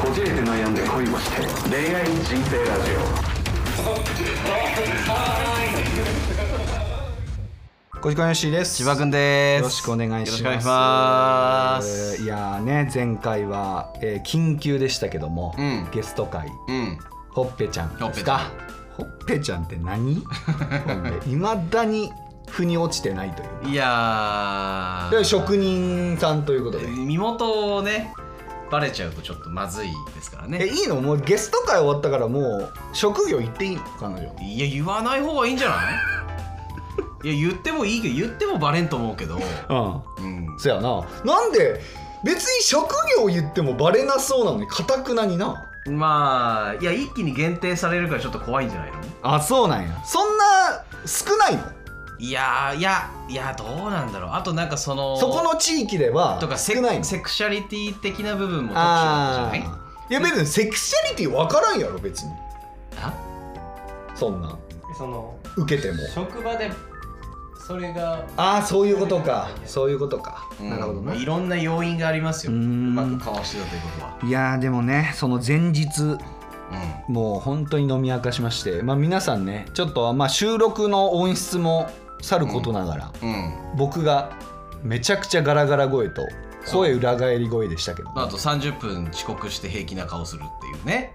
こじれて悩んで恋をして恋愛人生ラジご時間よしです。千葉くんです。よろしくお願いします。よろしくお願いします。いやーね前回は、えー緊急でしたけども、うんゲスト会うん。ほっぺちゃんですか。ほっぺちゃんって 何？いまだに腑に落ちてないといういやか。ー。で職人さんということで。身元をね、バレちゃうとちょっとまずいですからえね。いいのもうゲスト会終わったからもう職業言っていい彼女。いや、言わない方がいいんじゃない いや、言ってもいいけど、言ってもバレんと思うけど。うん。うん。そやな。なんで別に職業言ってもバレなそうなのにかたくなにな。まあ、いや、一気に限定されるからちょっと怖いんじゃないのあそうなんやそんな少ないのいやー、いや、いや、どうなんだろう。あとなんかその、そこの地域ではとかセ少ないのクセクシャリティ的な部分も特殊だあったじゃないあいや別にセクシャリティ分からんやろ別にあそんなその受けても職場でそれがああそういうことかそういうことか、うんなるほどいねろんな要因がありますよ。ううーんまくかわしてたということは。いやーでもねその前日うん。もう本当に飲み明かしまして、まあ、皆さんねちょっと、まあ、収録の音質もさることながら、うん、僕がめちゃくちゃガラガラ声と声裏返り声でしたけどね、あと30分遅刻して平気な顔するっていうね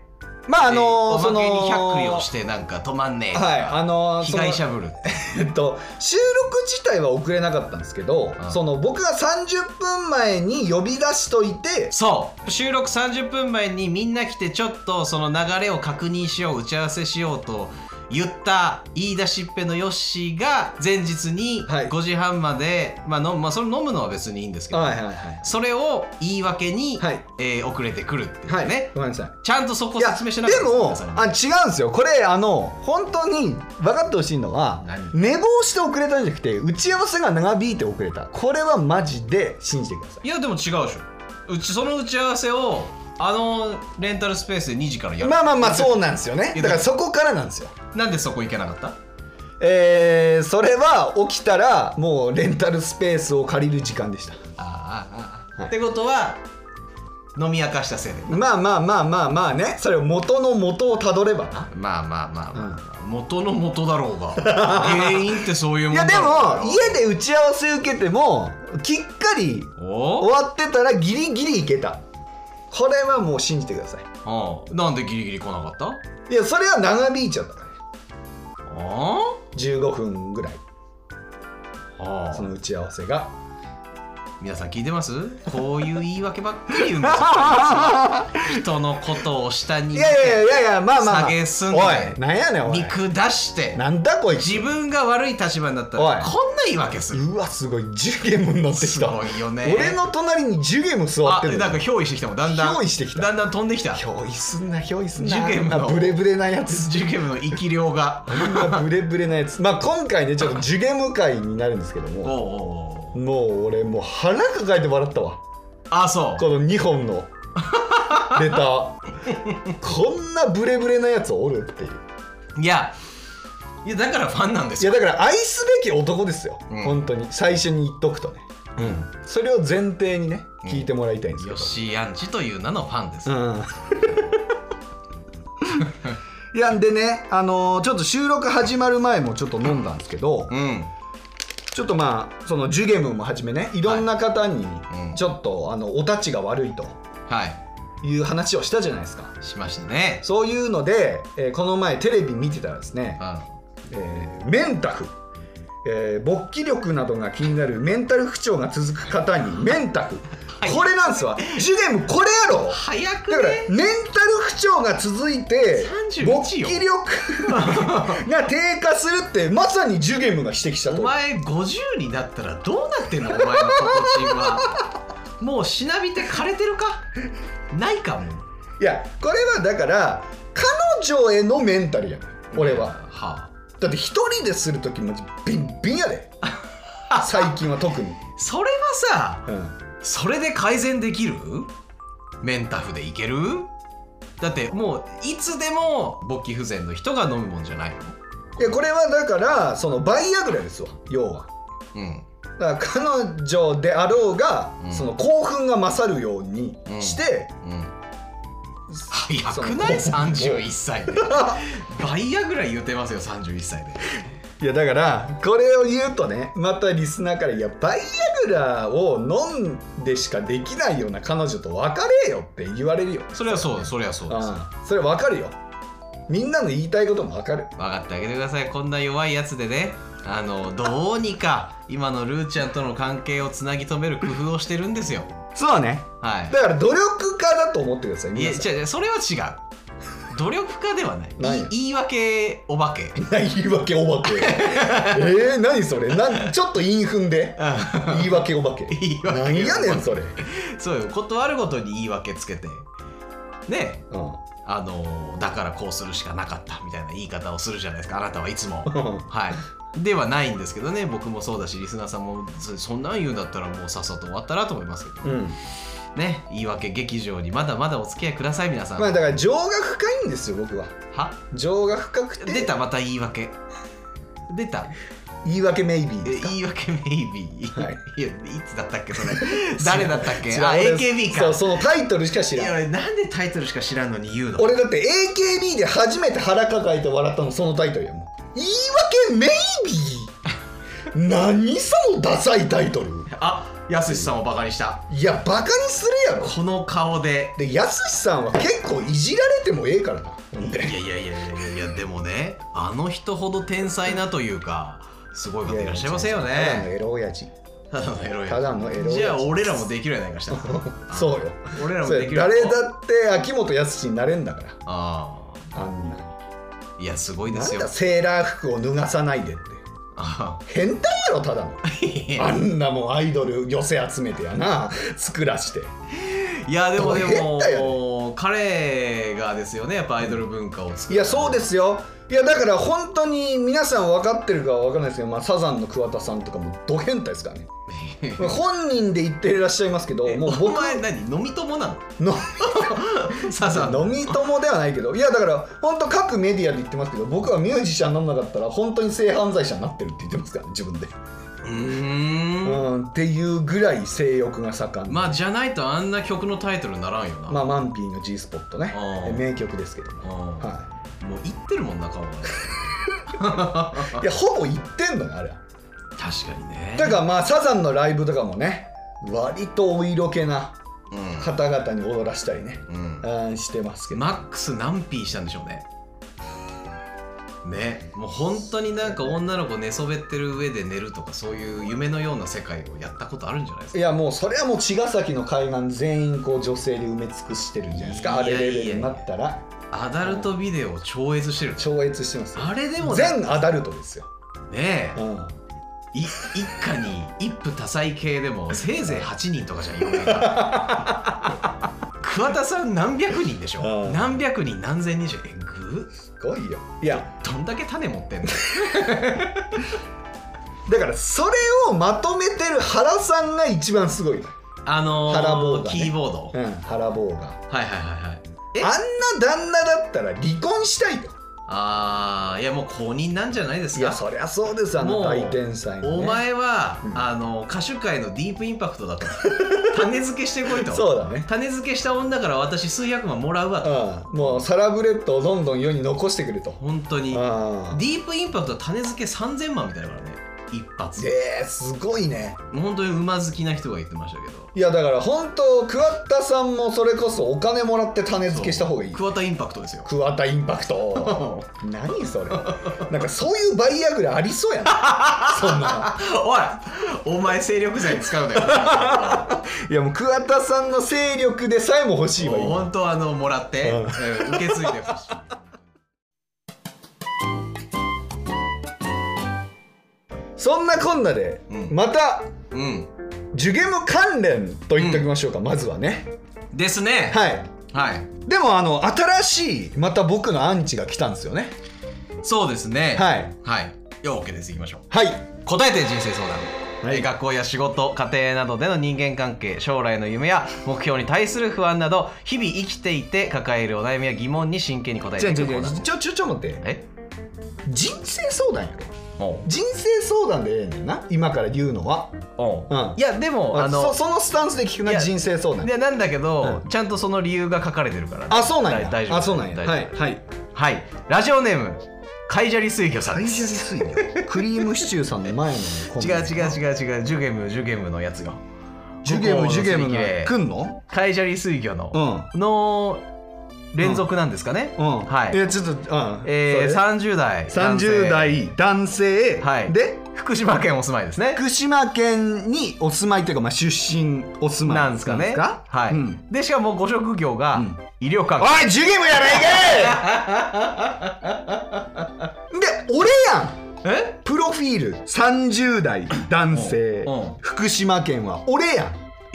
まああのー、でおまけにその100をしてなんか止まんねえとかはいあのー被その害者ぶるってえっと、収録自体は遅れなかったんですけど、うんその僕が30分前に呼び出しといてそう収録30分前にみんな来てちょっとその流れを確認しよう打ち合わせしようと言った言い出しっぺのヨッシーが前日にはい5時半まで、まあのまあそれ飲むのは別にいいんですけど、はいはいはいそれを言い訳に、はいえー遅れてくるっていうね、はい、ごめんなさいちゃんとそこいや説明しなかでったもですねあ違うんですよこれあの本当に分かってほしいのは何寝坊して遅れたんじゃなくて打ち合わせが長引いて遅れたこれはマジで信じてくださいやでも違うでしょうちその打ち合わせをあのレンタルスペースで2時からやいる、まあまあまあそうなんですよねいやだからそこからなんですよなんでそこ行けなかったえー、それは起きたらもうレンタルスペースを借りる時間でしたああああ、はいってことは飲み明かしたせいでまあまあまあまあまあねそれを元の元をたどればなまあまあまあ、まあ元の元だろう が原因ってそういういもんやだでろもう家で打ち合わせ受けてもきっかりお終わってたらギリギリいけたこれはもう信じてくださいお、うん、なんでギリギリ来なかったあいやそれは長引いちゃったからねあ15分ぐらいあそあの打ち合わせ が皆さん聞いてますこういう言い訳ばっかり言うんです よ人のことを下にいやいやいやいやまあまあ下まあげすんおでいなんやねんお見い下してなんだこいつ自分が悪い立場になったおいらこんな言い訳するうわすごい10ゲーム乗ってきすたごいよね俺の隣に10ゲーム座あってるなんか憑依してきたもんだんだん憑依してきただんだん飛んできた憑依すんな憑依すんな10ゲームのあんなブレブレなやつ受験部の生き量がこん なブレブレなやつまあ今回ねちょっとジュゲム会になるんですけどもおうおうおうもう俺もう腹抱えて笑ったわあそうこの2本 のネタこんなブレブレなやつおるっていういやいやだからファンなんですいやよ、だから愛すべき男ですよ、うん本当に最初に言っとくとねうん、それを前提にねうん聞いてもらいたいんですけヨどッ、シーアンチという名のファンです、うん いやんでね、あのーちょっと収録始まる前もちょっと飲んだんですけど、うんちょっとまあそのジュゲムもはじめねいろんな方にうんちょっと、あのお立ちが悪いとはいいう話をしたじゃないですかしましたねそういうので、えーこの前テレビ見てたらですねう、んえーメンタフ、えー勃起力などが気になるメンタル不調が続く方 にメンタフはいこれなんですわジュゲムこれやろ早だくからねメンタル不調が続いて31勃起力 が低下するってまさにジュゲムが指摘したおと前50になったらどうなってんのお前の心地はもうしなびて枯れてるかないかもいやこれはだから彼女へのメンタルやん俺ははだって一人でする時もビンビンやで最近は特に、あそれはさうんそれで改善できるメンタフでいけるだってもういつでも勃起不全の人が飲むもんじゃないのいやこれはだからそのバイアグラですわ要はうんだから彼女であろうが、うんその興奮が勝るようにして、うん早くないその31歳でバイヤぐらい言ってますよ31歳でいやだからこれを言うとねまたリスナーから「いやバイアグラを飲んでしかできないような彼女と別れよ」って言われるよ、それはそうそれはそうですう分ん、それわかるよみんなの言いたいこともわかるかってあげてくださいこんな弱いやつでねあのどうにか今のルーちゃんとの関係をつなぎ止める工夫をしてるんですよそうねはいだから努力家だと思ってくださいい皆や違さう違うそれは違う努力家ではない 何い言い訳お化け うんん言い訳お 化けえー、何それなんちょっと韻踏んで言い訳お化け言い訳お化け何やねんそれ、 そうよ断るごとに言い訳つけてねうんあのだからこうするしかなかったみたいな言い方をするじゃないですかあなたはい つもはいではないんですけどね僕もそうだしリスナーさんもそそんなん言うんだったらもうさっさと終わったらと思いますけうどん、ね言い訳劇場にまだまだお付き合いください皆さん、まあだから情が深いんですよ僕はは情が深くて出たまた言い訳出た言い訳メイビーでえすか言い訳メイビー、はいい、やいつだったっけそ れ誰だったっけ違うあ俺 AKB そうかそのタイトルしか知いやらん俺なんでタイトルしか知らんのに言うの俺だって AKB で初めて腹抱えて笑ったのそのタイトルやもん言い訳メイビ ー何そのダサいタイトルあやすしさんをバカにしたいやバカにするやろこの顔ででやすしさんは結構いじられてもええからなほんいやでいやいやいやいやいやでもねあの人ほど天才なというかすごい方いらっしゃいませんよただのねエロ親父ただの エロいただのエロ親父じゃあ俺らもできるやないかしたらそうよ 俺らもそでれきる誰だって秋元康になれんだからああんなあいやすごいでなすんよだセーラー服を脱がさないでってあ変態やろただのあいやあんなもんアイドル寄せ集めてやな作らして いやでもで変態やも彼がですよねやっぱアイドル文化を作いるやそうですすよいやだから本当に皆さん分かってるかは分かんないですけど、まあ、サザンの桑田さんとかもド変態ですからね本人で言ってらっしゃいますけどももううお僕前何飲み友なののさあさ あ飲み友ではないけどいやだから本当各メディアで言ってますけど僕はミュージシャンになんなかったら本当に性犯罪者になってるって言ってますからね自分で、うーうんん、っていうぐらい性欲が盛んまあじゃないとあんな曲のタイトルにならんよな、まあ、マンピーの G スポットねあー名曲ですけども、うんはいもう言ってるもんな顔はいやほぼ言ってんのよあれは確かにねだからまあサザンのライブとかもね割とお色気なう方々に踊らしたりね、ん、うんうん、してますけど、マックス何ピーしたんでしょうねねもう本当になんか女の子寝そべってる上で寝るとかそういう夢のような世界をやったことあるんじゃないですかいやもうそれはもう茅ヶ崎の海岸全員こう女性で埋め尽くしてるんじゃないですかあいれやいレやいやベルになったらアダルトビデオを超越してる超越してますよあれでもね全アダルトですよ、ねうえん、い一家に一夫多妻系でもせいぜい8人とかじゃん嫁が桑田さん何百人でしうょん何百人何千人でしょえぐすごいよいやどんだけ種持ってんのだからそれをまとめてる原さんが一番すごいのよ、あのー腹棒がねキーボード、うん、原坊がはいはいはいはいあんえな旦那だったら離婚したいよあーいやもう公認なんじゃないですいやかそりゃそうですあのもう大天才の、ね、お前は、うんあの歌手界のディープインパクトだと 種付けしてこいとそうだね種付けした女から私数百万もらうわとうん、もうサラブレッドをどんどん世に残してくれと。本当にディあープインパクトは種付け3000万みたいだからね一発でえー、すごいね。本当に馬好きな人が言ってましたけどいやだから本当桑田さんもそれこそお金もらって種付けした方がいい。そう桑田インパクトで すよ桑田インパクト。 何それ。なんかそういうバイアグラありそうや な。そんな。おいお前精力剤に使う なよいやもう桑田さんの勢力でさえも欲しいわもう今。本当あのもらって、うんうん受け継い でほしいそんなこんなで、うんまたうん受験ム関連と言っておきましょうか、まずはね。ですねはい。はいでもあの新しいまた僕のアンチが来たんですよね。そうですねはいはいよ OK ですいきましょうはい。答えて人生相談、はいえー学校や仕事家庭などでの人間関係将来の夢や目標に対する不安など日々生きていて抱えるお悩みや疑問に真剣に答えじてゃいじくゃじコーナーゃちょちょちょ待ってえ人生相談やろお人生相談でええねんな今から言うのはおうんいやでもああのそそのスタンスで聞くいなや人生相談いやなんだけど、うんちゃんとその理由が書かれてるからあそうなんやだ大丈夫あそうなんや大は丈いはい夫はいラジオネームカイジャリ水魚さんです水魚クリームシチューさんの前のコンビ違う違う違う違うジュゲムジュゲムのやつがジュゲムジュゲムの向こうの釣りくんのカイジャリ水魚の、うんの連続なんですかね、うんはいえちょっとうんえー、それ30代男性30代男性はいで福島県お住まいですね福島県にお住まいというかまあ出身お住まいなんですかねはい、うんでしかもご職業がうん医療関お係、いジュゲムやないかいで俺やん えプロフィール30代男性うんうん福島県は俺やん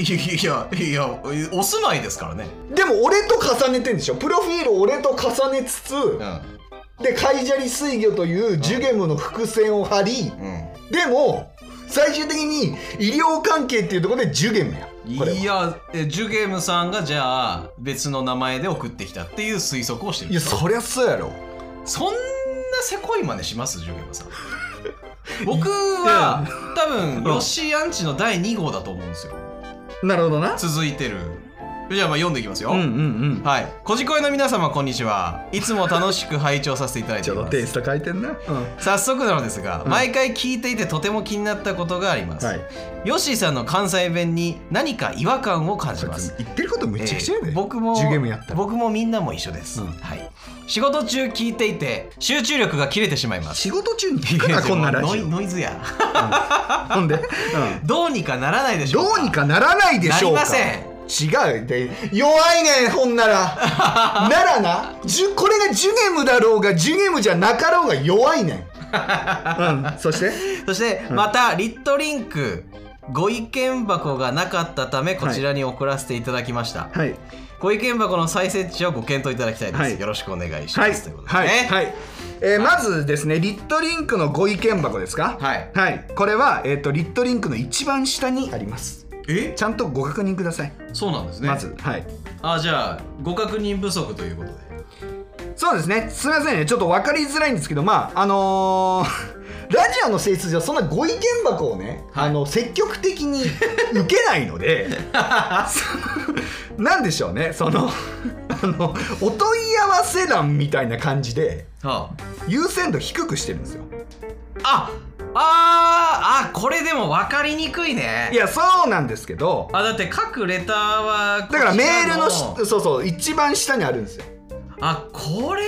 いやいやいやお住まいですからねでも俺と重ねてんでしょプロフィール俺と重ねつつ、うんでカイジャリ水魚というジュゲムの伏線を張り、うでも最終的に医療関係っていうところでジュゲムやこれはいやえジュゲムさんがじゃあ別の名前で送ってきたっていう推測をしてるんいでやすかそりゃそうやろそんなせこい真似しますジュゲム さん僕は多分ヨッシーアンチの第2号だと思うんですよなるほどな続いてるじゃあまあ読んでいきますよ、うんうんうんはい、こじこいの皆様こんにちはいつも楽しく拝聴させていただいてちいょっとまテイすスト変えてんな、うん早速なのですが、毎回聞いていてとても気になったことがあります、はいヨッシーさんの関西弁に何か違和感を感じます言ってることめちゃくちゃやで、えー僕もジュゲムやったら僕もみんなも一緒です、うんはい、仕事中聞いていて集中力が切れてしまいます仕事中に聞くいやなこんなラもうジノイオノイズやほんで、うんどうにかならないでしょどうかうにかならないでしょうかなりません違うで弱いねんほんな らならなじゅこれがジュゲムだろうがジュゲムじゃなかろうが弱 いねん、うん、そしてそしてまたリットリンクご意見箱がなかったためこちらに送らせていただきました、はいご意見箱の再設置をご検討いただきたいです、はいよろしくお願いしまはいす、ということですはい、ねはいえーまずですねリットリンクのご意見箱ですかはいこれは、えー、とリットリンクの一番下にありますえちゃんとご確認ください、そうなんですねまずはいあじゃあご確認不足ということでそうですねすみませんねちょっと分かりづらいんですけどまああのー ラジオの性質上そんなご意見箱をね、はいあの積極的に受けないので そのなんでしょうねその あのお問い合わせ欄みたいな感じでは優先度低くしてるんですよあああーあこれでも分かりにくいねいやそうなんですけどあだって各レターはこちだからメールのしそうそう一番下にあるんですよ あこれ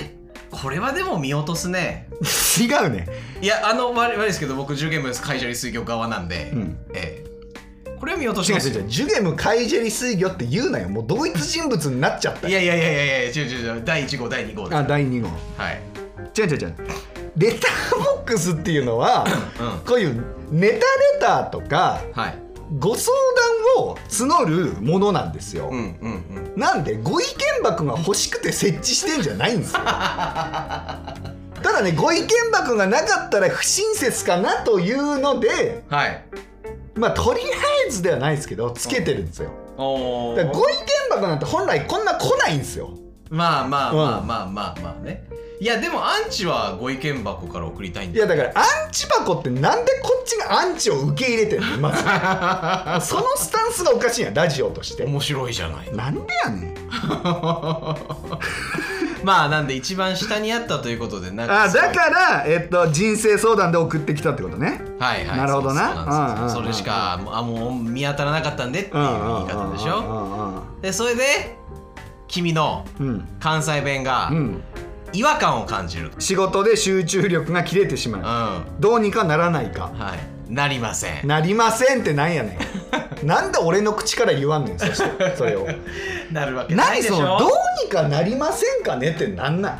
ねこれはでも見落とすね違うねいやあの悪い悪いですけど僕10ゲームです会社に水魚側なんで、うんええこれは見落とし違うます違う違うジュゲムカイジェリ水魚って言うなよもう同一人物になっちゃったいやいやいやいやいや違う違う違う第1号第2号ですあ第2号はい違う違う違うレターボックスっていうの は、うんこういうネタレターとかはいご相談を募るものなんですよ、うんうんうんなんでご意見箱が欲しくて設置してんじゃないん ですよただねご意見箱がなかったら不親切かなというのではいまあとりあえずではないですけどつけてるんですよおだおからご意見箱なんて本来こんな来ないんですよまあまあうんまあまあまあまあねいやでもアンチはご意見箱から送りたいんいでやだからアンチ箱ってなんでこっちがアンチを受け入れてるのまず そのスタンスがおかしいんやラジオとして面白いじゃないなんでやねんまあなんで一番下にあったということでなんかあすごいだから、えっと、人生相談で送ってきたってことねはいはいなるほどなそうなんですようんうんうんそれしかもうあもう見当たらなかったんでっていう言い方でしうょんでそれで君のうんうん関西弁がうんうん違和感を感じる仕事で集中力が切れてしうまんうはどうにかならないかいなりませんなりませんってなんや ねんなんで俺の口から言わんねんそしてそれをなるわけな何いでしそのどょうにかなりませんかねってなんなん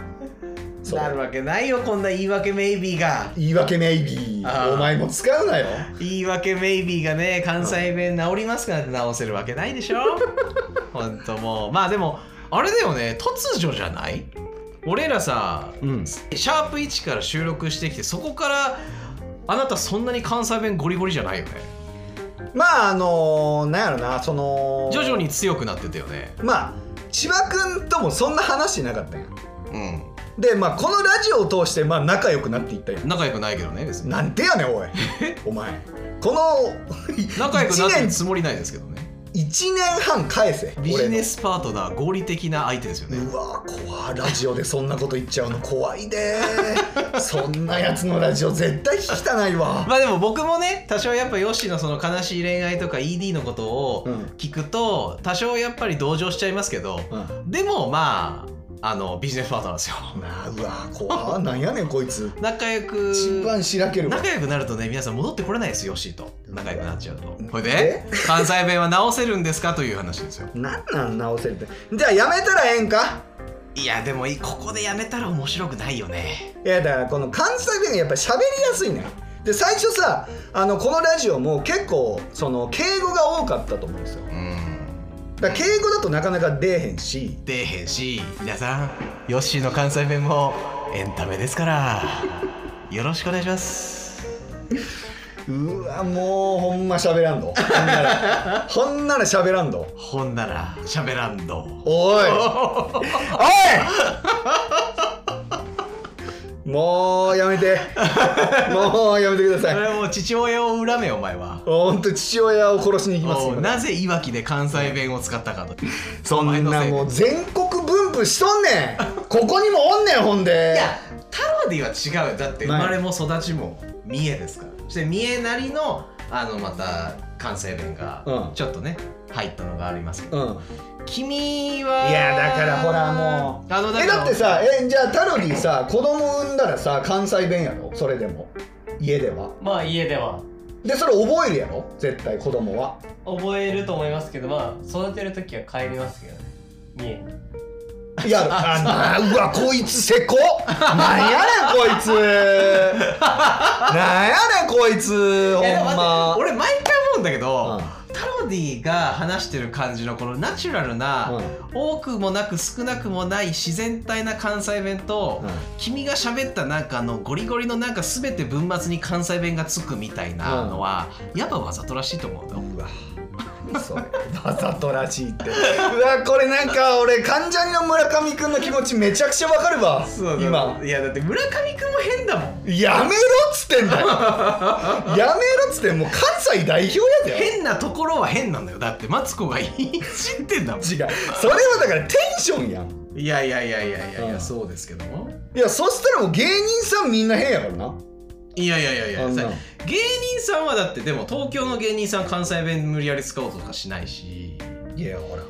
それなるわけないよこんな言い訳メイビーが言い訳メイビあーーお前も使うなよ言い訳メイビーがね関西弁治りますかって直せるわけないで しょほんともうまあでもあれだよね突如じゃない俺らさ、うんシャープ1から収録してきてそこからあなたそんなに関西弁ゴリゴリじゃないよねまああのー、なんやろなその徐々に強くなってたよねまあ千葉君ともそんな話しなかったんやうんでまあこのラジオを通してまあ仲良くなっていったよ仲良くないけどね別になんてやねん おいお前この仲良くなって一る年つもりないですけどね1年半返せビジネススパートナー合理的な相手ですよねうわ怖いラジオでそんなこと言っちゃうの怖いで そんなやつのラジオ絶対聞き汚いわ まあでも僕もね多少やっぱヨッシーのその悲しい恋愛とか ED のことをうん聞くと多少やっぱり同情しちゃいますけどうんでもまああのビジネスパートナーですよなあうわ怖いなんやねんこいつ仲良く一番しらけるわ仲良くなるとね皆さん戻ってこれないですよヨッシーと仲良くなっちゃうとうんこれでえ関西弁は直せるんですかという話ですよなんなん直せるってじゃあやめたらええんかいやでもいいここでやめたら面白くないよねいやだからこの関西弁がやっぱ喋りやすいねんで最初さあのこのラジオも結構その敬語が多かったと思うんですようんだから敬語だとなかなか出えへんし出えへんし皆さんヨッシーの関西弁もエンタメですからよろしくお願いしますうわもうほんま喋らんどほんなら ほんなら喋らんどほんなら喋らんどおいおいもうやめてもうやめてくだ そされいはもう父親を恨めお前はほんと父親を殺しに行きますお今うなぜいわきで関西弁を使ったかとそんなもう全国分布しとんね んここにもおんねんほんでいやタロディは違うよだって生まれも育ちも三重ですからそして三重なりのあのまた関西弁うがんちょっとね、入ったのがありますけどうん君はいやだからほらもうあのだえからだってさえじゃあタロディさ子供産んだらさ関西弁やろそれでも家ではまあ家ではでそれ覚えるやろ絶対子供 は覚えると思いますけどまあ育てる時は帰りますけどね三重にいやあなうわこいつせこなんやねん こいつなんやねんこいつほいやんでも待っまて俺毎回思うんだけど、うんタロディが話してる感じのこのナチュラルな、多くもなく少なくもない自然体な関西弁と、うん君が喋ったなんかあのゴリゴリのなんか全て文末に関西弁がつくみたいなのは、やっぱわざとらしいと思うよ、うわそれわざとらしいってうわこれなんか俺関ジャニの村上くんの気持ちめちゃくちゃわかるわ今いやだって村上くんも変だもんやめろっつってん だよやめろっつってもう関西代表やで変なところは変なんだよだってマツコがいじってんだもん違うそれはだからテンションやん いやいやいやいやいやいや、うんそうですけどもいやそしたらもう芸人さんみんな変やからないやいやいやいあやんさなん芸人さんはだってでも東京の芸人さん関西弁無理やり使おうとかしないしいやほら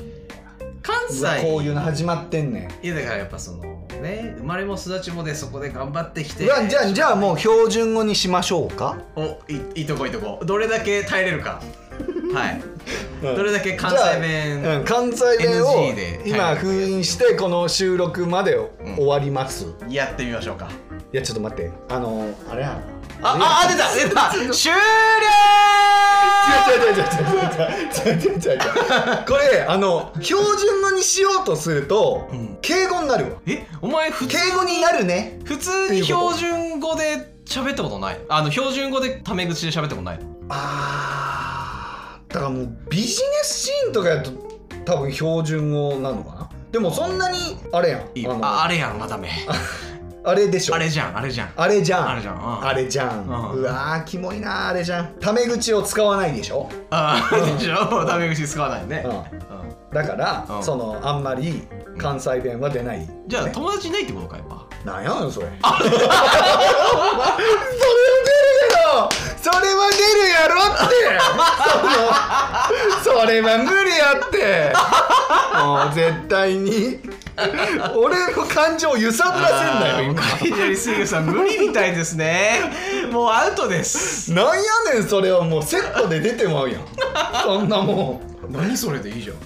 関うわ西こういうの始まってんねんいやだからやっぱそのね生まれも育ちもでそこで頑張ってきてうわじゃあじゃあもう標準語にしましょうか、おいいいとこいいとこどれだけ耐えれ るかはいうんどれだけ関西弁うん、関西弁 NG でを今封印してこの収録までん終わります、いやってみましょうかやちょっと待ってあのあれやなああ出た出た終了違う違う違う違う違う違う違う違う違う違うこれあの標準語にしようとすると、うん敬語になるわえお前普通敬語になるね普通に標準語で喋ったことないあの標準語でタメ口で喋ったことないあーだからもうビジネスシーンとかやと多分標準語なのかなでもそんなにあれやんいいあのああれやんまあダメあれでしょあれじゃんあれじゃんあれじゃんあれじゃんうんあれじゃんううんわーキモいなーあれじゃんタメ口を使わないでしょ、ああでしょタメ口使わないねう、うんんだから、うんそのあんまり関西弁は出ない、じゃあね友達いないってことかやっぱなんやね んそれ。それは出るやろ。それは出るやろって。そのそれは無理やって。もう絶対に俺の感情を揺さぶらせんなよ今。カイジャリスイさん無理みたいです ねもうアウトですなんやねんそれはもうセットで出てまうやん。そんなもん。何それでいいじゃん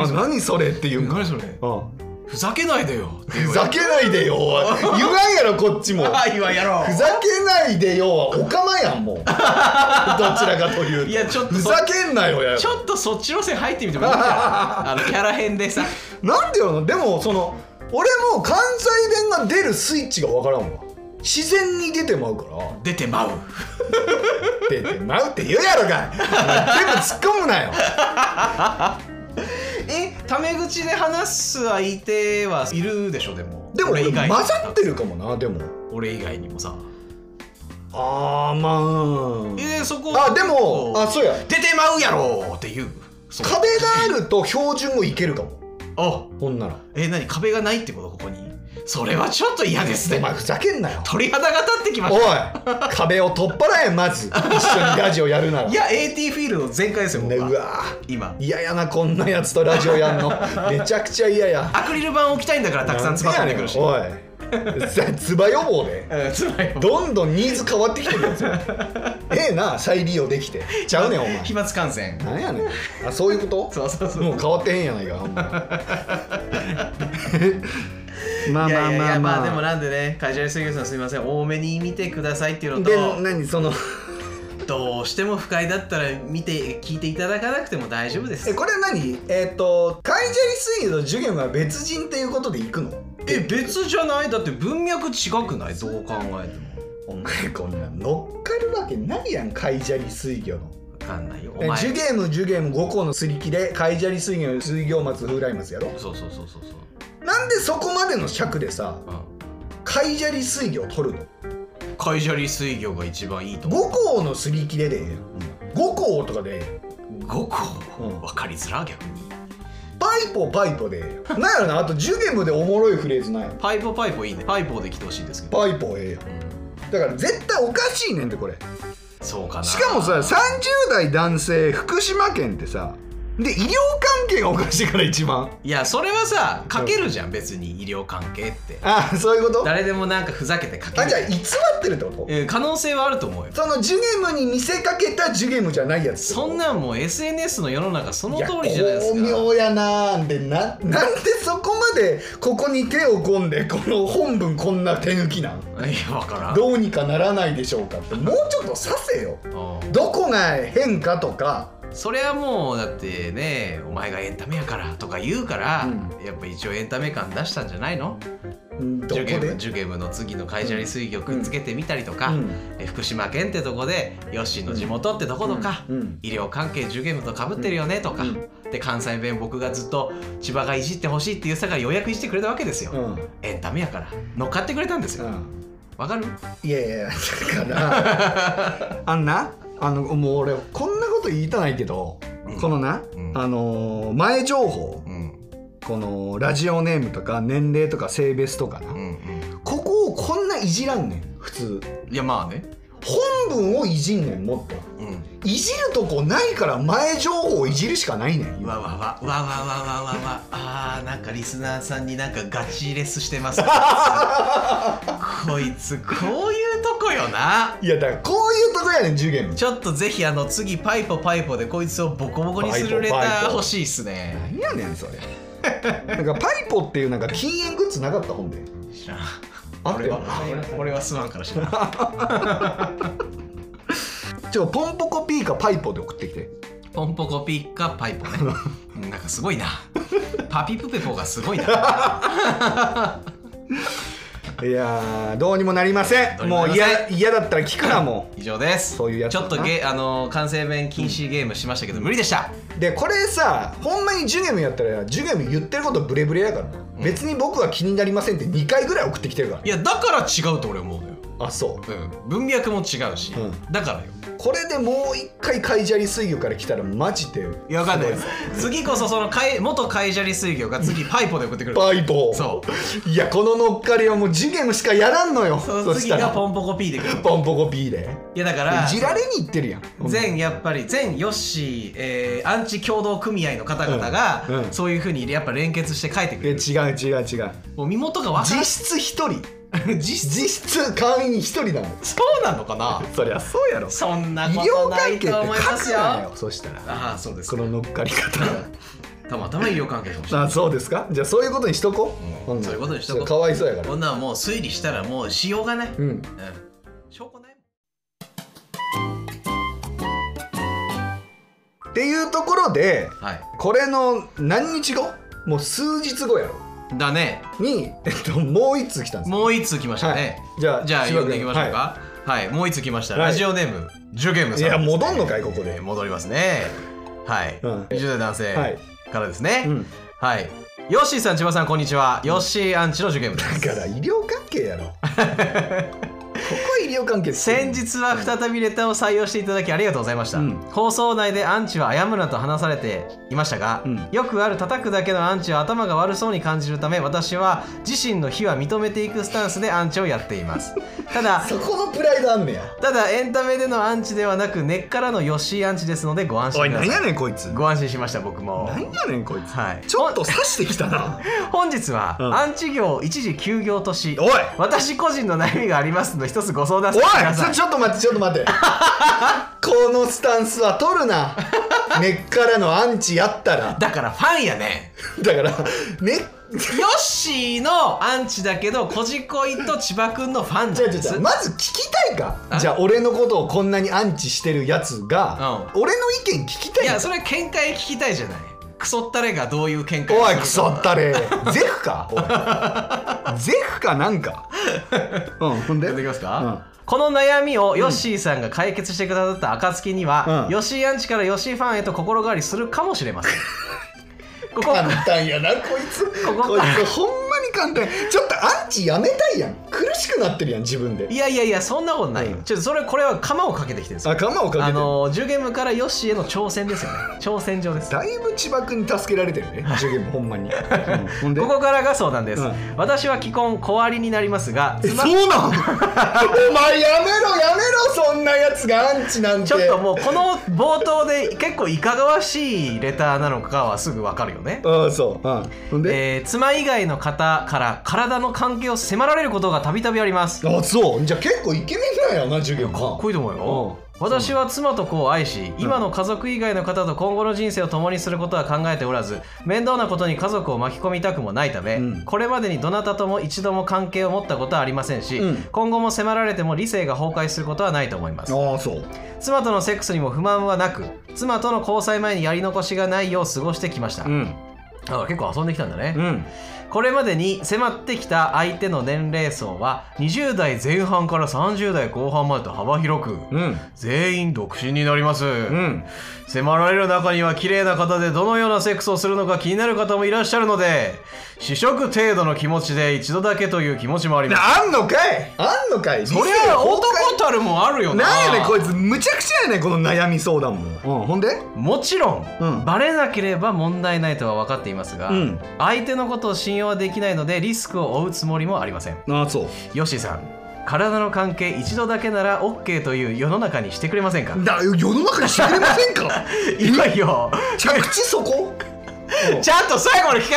あ何それ何それっていうか。何それうんふざけないでよふざけないでよ。言わんやろこっ ちも。あいわやろうふざけないでよはおかまやん もうどちらかというといやちょっとふざけんなよやちょっとそっち路線入ってみてもい いじゃんあのキャラ編でさなんでよなでもその俺も関西弁が出るスイッチがわからんわ自然に出てまうから出てまう出てまうって言うやろかい全部突っ込むなよえタメ口で話す相手はいるでしょでもでも 俺俺以外にも混ざってるかもなでも俺以外にもさああまえー、そこあでもこうあそうや出てまうやろっていうそう壁があると標準をいけるかもあほんならえー、何壁がないってことここにそれはちょっと嫌ですおね前ふざけんなよ鳥肌が立ってきまおしい壁を取っ払えまず一緒にラジオやるならたいや AT フィールド全開ですよ、ね僕うはわー今嫌やなこんなやつとラジオやんのめちゃくちゃ嫌やアクリル板置きたいんだからたくさんつば込んでくるしなんでやねんおいさつば予防でうんつまりどんどんニーズ変わってきてるやつええな再利用できてちゃうねんお前飛沫感染なんやねんあそういうことそうそうそうもう変わってへんやないかほんままあまいやあいやいまあやまあでまもあなんでねカジュアル水魚さんすみません多めに見てくださいっていうのでと何そのどうしても不快だったら見て聞いていただかなくても大丈夫ですえこれ何えっ、とカイジャリ水魚とジュゲムは別人っていうことで行くのえ別じゃないだって文脈違くないどう考えてもお前こんなん乗っかるわけないやんカイジャリ水魚の分かんないよおえ前ジュゲームジュゲーム5個のすり切れカイジャリ水魚水魚松風来松やろそうそうそうそうそうなんでそこまでの尺でさうカイジャリ水魚取るのんカイジャリ水魚が一番いいと思5う個のすり切れでええやん5個とかでええやん5個、うん分かりづら逆にパイポパイポでええやんなんやろなあとジュゲムでおもろいフレーズないパイポパイポいいねパイポで来てほしいんですけど、パイポええやんうんだから絶対おかしいねんってこれそうかなしかもさ30代男性福島県ってさで医療関係がおかしいから一番いやそれはさ書けるじゃん別に医療関係ってああそういうこと誰でもなんかふざけて書けあるじゃあ偽ってるってことえー可能性はあると思うよそのジュゲムに見せかけたジュゲムじゃないやつそんなんもう SNS の世の中そのいや通りじゃないですか巧妙やなーんでな なんでそこまでここに手を込んでこの本文こんな手抜きなんいや分からんどうにかならないでしょうかってもうちょっとさせようんどこが変かとかそれはもうだってねお前がエンタメやからとか言うから、うやっぱ一応エンタメ感出したんじゃないのうんどこジュゲーでムジュゲームの次の会社に水魚くっつけてみたりとうか、んえー福島県ってとこでヨッシーの地元ってとことか、うんうん医療関係ジュゲームとかぶってるよねとか、うんで関西弁僕がずっと千葉がいじってほしいっていうさが予約してくれたわけですよ、うんうんエンタメやから乗っかってくれたんですよわかるいやいやだから あんなあのもう俺こんなこと言いたないけど、うんこのな、うんあのー前情報うんこのラジオネームとか年齢とか性別とかな、うんうんここをこんないじらんねん普通いやまあね本文をいじんねんもっとうんいじるとこないから前情報をいじるしかないねんわ今わわわわわわわわわあーなんかリスナーさんになんかガチレスし てますねこいつこういうとこよないやだからこういうとこやねん受験ちょっとぜひあの次パイポパイポでこいつをボコボコにするレタパイポパイーポ欲しいっすね何やねんそれ なんかパイポっていうなんか禁煙グッズなかった本で知らんあった俺よは俺はすまんから知らんちょポンポコピーかパイポで送ってきてポンポコピッカパイポねうんなんかすごいなパピプペポがすご いないやーどうにもなりませんどうにももなうりません嫌嫌だったら聞くなも以上ですそういうやつちだょなっとゲあの関西弁禁止ゲームしましたけど無理でしたうでこれさほんまにジュゲムやったらジュゲム言ってることブレブレやからな、別に僕は気になりませんって2回ぐらい送ってきてるからいやだから違うと俺思うのよあそううん、文脈も違うし、うだからよこれでもう一回カイジャリ水魚から来たらマジでいやわかんないです次こそそのかい元カイジャリ水魚が次パイポで送ってくるパイポそういやこの乗っかりはもうジュゲムしかやらんのよその次したらがポンポコ P で来るポンポコピーでいやだからいじられにいってるやん全やっぱり全ヨッシー、えーアンチ共同組合の方々が、うんうんそういうふうにやっぱ連結して書いてくいやれ違るう違う違うもう身元が分か実質一人る 実実質会員一人だもんそうなのかなそりゃそうやろそんな医こと療な関係いってと思いま書すくよなよそしたらああそうですこの乗っか り方たまたま医療関係かもしれないあそうですかじゃあそういうことにしとこうんんなそういうことにしとこうかわいそうやかこらんなんはもう推理したらもうしようがない、うん証拠ないもんっていうところではいこれの何日後もう数日後やろだねに、えっと、もう一通来たんですよもう一通来ましたね、はいじゃあじゃあ柴読ん君でいきましょうかはい、もう一通来ました、はいラジオネームジュゲムさんです、いや戻んのかいここで戻りますねはい、うん20代男性はいからですね、うんはいヨッシーさん千葉さんこんにちはヨッシーアンチの受験部ですだから医療関係 やろここは医療関係ですよ先日は再びレターを採用していただきありがとうございました、うん放送内でアンチは謝むなと話されていましたが、うんよくある叩くだけのアンチは頭が悪そうに感じるため私は自身の非は認めていくスタンスでアンチをやっています ただそこのプライドあんねやただエンタメでのアンチではなく根っからのヨッシーアンチですのでご安おい心なんくだやさいねんこいつご安心しました僕もなんやねんこいつ、はいちょっと刺してきたな本日は、うんアンチ業を一時休業としおい私個人の悩みがありますので一つご相談おさいせてくだそされいちょっと待ってちょっと待って このスタンスは取るな根っからのアンチやったらだからファンやねだからね ヨッシーのアンチだけどこじこいと千葉くんのファンなんじゃあでじゃあじゃすあまず聞きたいかあじゃあ俺のことをこんなにアンチしてるやつが、俺の意見聞きたいんいだやそれ見解聞きたいじゃないクソったれがどういう見解をおすいるかクソったれゼフかお いゼフかなんかうんほんでやっていきますうんか、この悩みをヨッシーさんが解決してくださった暁には、うんヨッシーアンチからヨッシーファンへと心変わりするかもしれ ませんここ簡単やなこいつこここいつほんまに簡単ちょっとアンチやめたいやん苦しくなってるやん自分でいやいやいやそんなことないよ、うんちょっとそれこれは釜をかけてきてるんですよ頭をかけてるあのー10ゲームからヨッシーへの挑戦ですよね挑戦状ですだいぶ千葉君に助けられてるね受験もほんまに、うんほんでここからが相談です、うん私は既婚小割りになりますがえ妻そうなんお前やめろやめろそんなやつがアンチなんてちょっともうこの冒頭で結構いかがわしいレターなのかはすぐわかるよねうんそう、うん、ほんで、えー妻以外の方から体の関係を迫られることがたびたびありますあそうじゃあ結構イケメンなんやな授業かっこいいと思うよう私は妻と子を愛し今の家族以外の方と今後の人生を共にすることは考えておらず面倒なことに家族を巻き込みたくもないため、うんこれまでにどなたとも一度も関係を持ったことはありませんし、うん今後も迫られても理性が崩壊することはないと思いますああそう妻とのセックスにも不満はなく妻との交際前にやり残しがないよう過ごしてきました、んあ結構遊んできたんだね、んこれまでに迫ってきた相手の年齢層は20代前半から30代後半までと幅広く、うん全員独身になります、ん迫られる中には綺麗な方でどのようなセックスをするのか気になる方もいらっしゃるので試食程度の気持ちで一度だけという気持ちもありますあんのかいあんのかいそりゃ男たるもあるよななんやねんこいつむちゃくちゃやねんこの悩み相談も、うん、ほんでもちろん、うんバレなければ問題ないとは分かっていますが、うん相手のことを信用はできないのでリスクを負うつもりもありませんああそうヨッシーさん体の関係一度だけなら OK という世の中にしてくれませんかだ世の中に知れませんか いやいや着地そこちゃんと最後に聞 け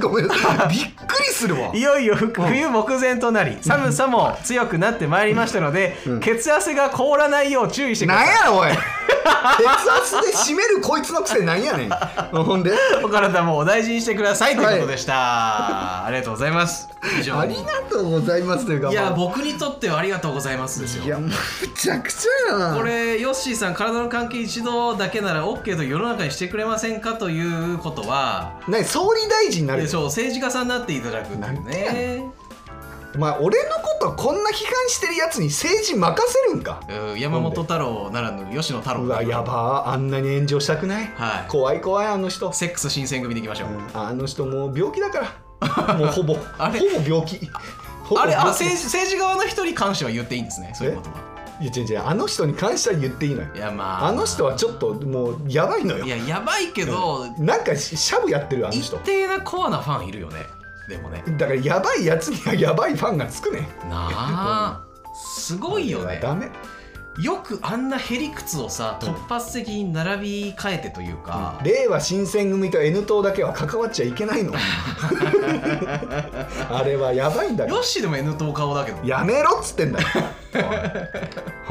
よごめんなさいびっくりするわいよいよふ冬目前となり寒さも強くなってまいりましたので、血汗が凍らないよう注意してくだなんさいやろおい血圧で締めるこいつの癖なんやねんほんでお体もお大事にしてくださいということでした、ありがとうございます以上ありがとうございますというかいやま僕にとってはありがとうございますですあよいやむちゃくちゃやなこれヨッシーさん体の関係一度だけなら OK と世の中にしてくれませんかということは何総理大臣になるでそう政治家さんになっていただくんだよねお前俺のことこんな批判してるやつに政治任せるんかうん山本太郎ならぬ吉野太郎うわやばーあんなに炎上したくない、はい怖い怖いあの人セックス新選組でいきましょう、あの人もう病気だ からもうほぼあれほぼ病気ほぼあれあ病気政治政治側の人に関しては言っていいんですねそういうことはいや違う違うあの人に関しては言っていいのよいやまああの人はちょっともうやばいのよいややばいけど、なんかししゃぶやってるあの一人定なコアなファンいるよねでもねだからやばいやつにはやばいファンがつくねなあすごい よねダメよくあんなへりくつをさ突発的に並び替えてというか、令和新選組と N 党だけは関わっちゃいけ ないのあれはやばいんだかヨらッシーでも N 党顔だけどやめろっつってんだよおい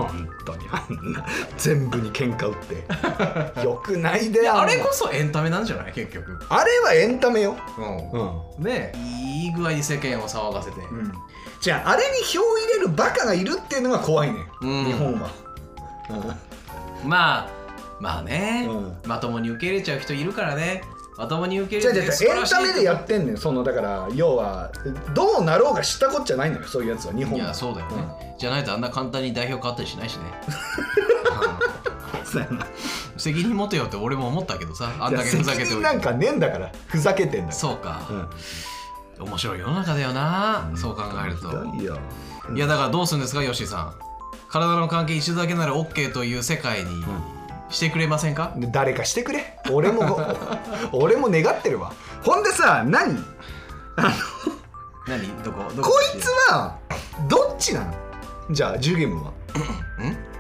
本当にあんな全部に喧嘩売 ってよくないでいやんなあれこそエンタメなんじゃない結局、あれはエンタメよ、ううんん、ねいい具合に世間を騒がせて、じゃああれに票を入れるバカがいるっていうのが怖いね、うん日本は、うんまあまあね、うまともに受け入れちゃう人いるからねまともに受けじゃあ入じれゃあてじ素ゃあ晴エンらしいタメでやってんのよそのだから要はどうなろうが知ったこっちゃないのよそういうやつは日い本はやそうだよね、じゃないとあんな簡単に代表変わったりしないしね、 そうやな責任持てよって俺も思ったけどさあんいやだけふざけて責任おいなんてかねえんだからふざけてんだかそうか、ら面白い世の中だよな、そう考えるとうんひどいよいやだからどうするんですかヨッシーさん体の関係一度だけなら OK という世界にしてくれませんか、で誰かしてくれ俺も 俺も願ってるわほんでさ何こ何どこどいつはどっちなのじゃあジュゲムはん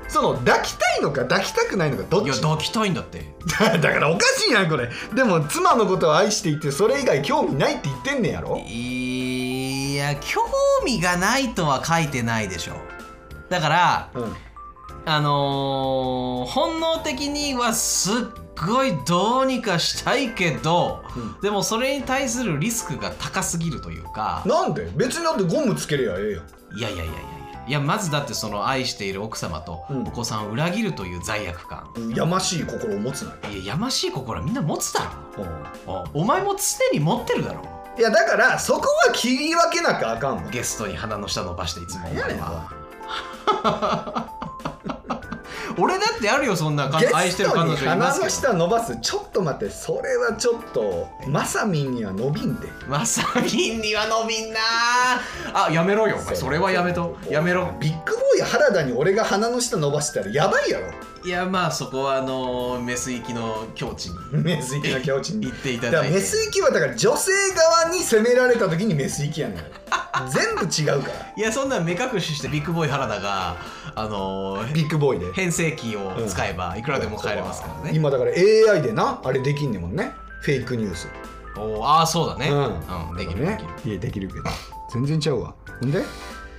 その抱きたいのか抱きたくないのかどっいちや抱きたいんだって だからおかしいやんこれでも妻のことを愛していてそれ以外興味ないって言ってんねやろいや興味がないとは書いてないでしょだからうんあのー本能的にはすっごいどうにかしたいけど、うんでもそれに対するリスクが高すぎるというかなんで別にだってゴムつけりゃええよいやいやいやいやいやまずだってその愛している奥様とうんお子さんを裏切るという罪悪感、やましい心を持つなよいややましい心はみんな持つだろおお前も常に持ってるだろいやだからそこは切り分けなきゃあかんわゲストに鼻の下伸ばしていつもおやね前んは 俺だってあるよそんなゲ彼愛しスてるト彼に女いま鼻すのけど下伸ばすちょっと待ってそれはちょっとまさみんには伸びんでまさみんには伸びんなあやめろよお前それはやめとやめろビッグボーイ原田に俺が鼻の下伸ばしたらやばいやろいやまあそこはあのメス行きの境地にメス行きの境地に行っていただかだらいてメス行きはだから女性側に責められた時にメス行きやねん全部違うからいやそんなん目隠ししてビッグボーイ原田があのービッグボーイで変声機を使えばいくらでも変えれますからね、今だから AI でなあれできんねんもんねフェイクニュースおーああそうだね、ううんんできるできるいやできるけど全然ちゃうわほんで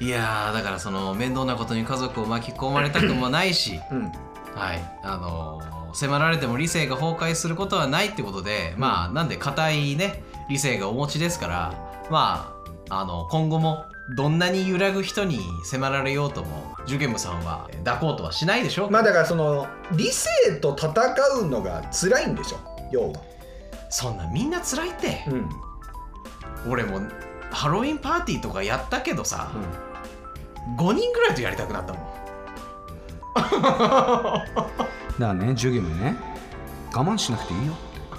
いやーだからその面倒なことに家族を巻き込まれたくもないし、うんはいあのー迫られても理性が崩壊することはないってことで、まあなんで固いね理性がお持ちですからまああの今後もどんなに揺らぐ人に迫られようともジュゲムさんは抱こうとはしないでしょう、まあだからその理性と戦うのが辛いんでしょ要はそんなみんな辛いって、ん、俺もハロウィンパーティーとかやったけどさ、5人ぐらいとやりたくなったもん だね授業もね我慢しなくていいよ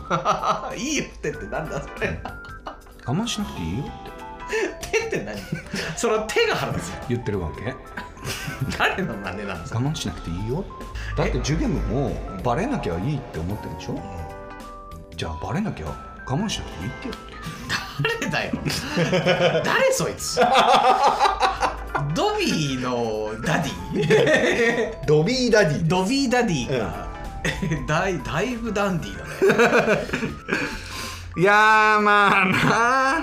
あいいよってってなんだそれ我慢しなくていいよって 手って何 その手が腹立つよ言ってるわけ誰の真似なのさ我慢しなくていいよだってジュゲムもバレなきゃいいって思ってるでしょじゃあバレなきゃ我慢しなくていいってよ誰だよ 誰そいつドビーのダディドビーダディドビーダディが、だいだいぶダンディーだねいやーまあ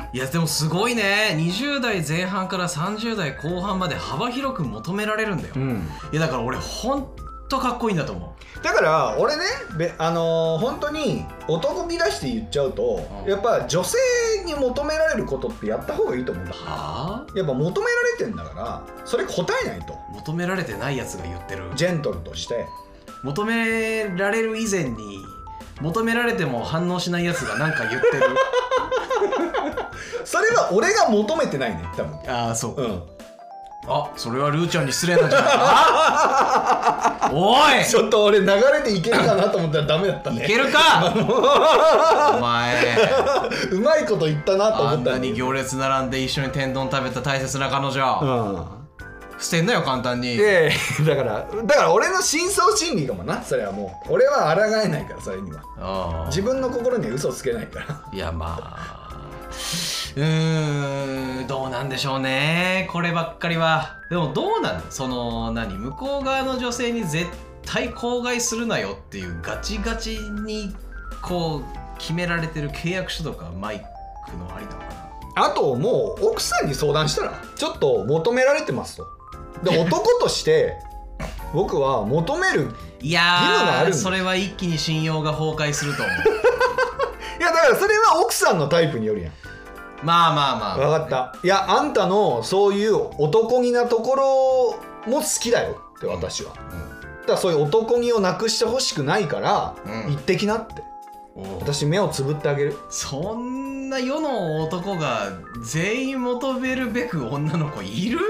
ないやでもすごいね20代前半から30代後半まで幅広く求められるんだよ、んいやだから俺ほんとかっこいいんだと思だから俺ねべあのー本当に男気出して言っちゃうと、うんやっぱ女性に求められることってやった方がいいと思うんだうはあやっぱ求められてんだからそれ答えないと求められてないやつが言ってるジェントルとして求められる以前に求められても反応しないやつがなんか言って るそれは俺が求めてないね多分ああそうか、うんあそれはルーちゃんに失礼なんじゃないかおいちょっと俺流れでいけるかなと思ったらダメだったいねけるかお前うまいこと言ったなとあ思っんたなのに行列並んで一緒に天丼食べた大切な彼女、う捨てんなよ簡単にんでだからだから俺の真相心理かもなそれはもう俺は抗えないからそれにはうん自分の心には嘘つけないからいやまあうーんどうなんでしょうねこればっかりはでもどうなのその何向こう側の女性に絶対口外するなよっていうガチガチにこう決められてる契約書とかマイクのありなのかなあともう奥さんに相談したらちょっと求められてますと で男として僕は求めるい義務があやるんーだそれは一気に信用が崩壊すると思ういやだからそれは奥さんのタイプによるやんまあまあまあ分かったいやあんたのそういう男気なところも好きだよって私は、だからそういう男気をなくしてほしくないから、うん行ってきなってお私目をつぶってあげるそんな世の男が全員求めるべく女の子いる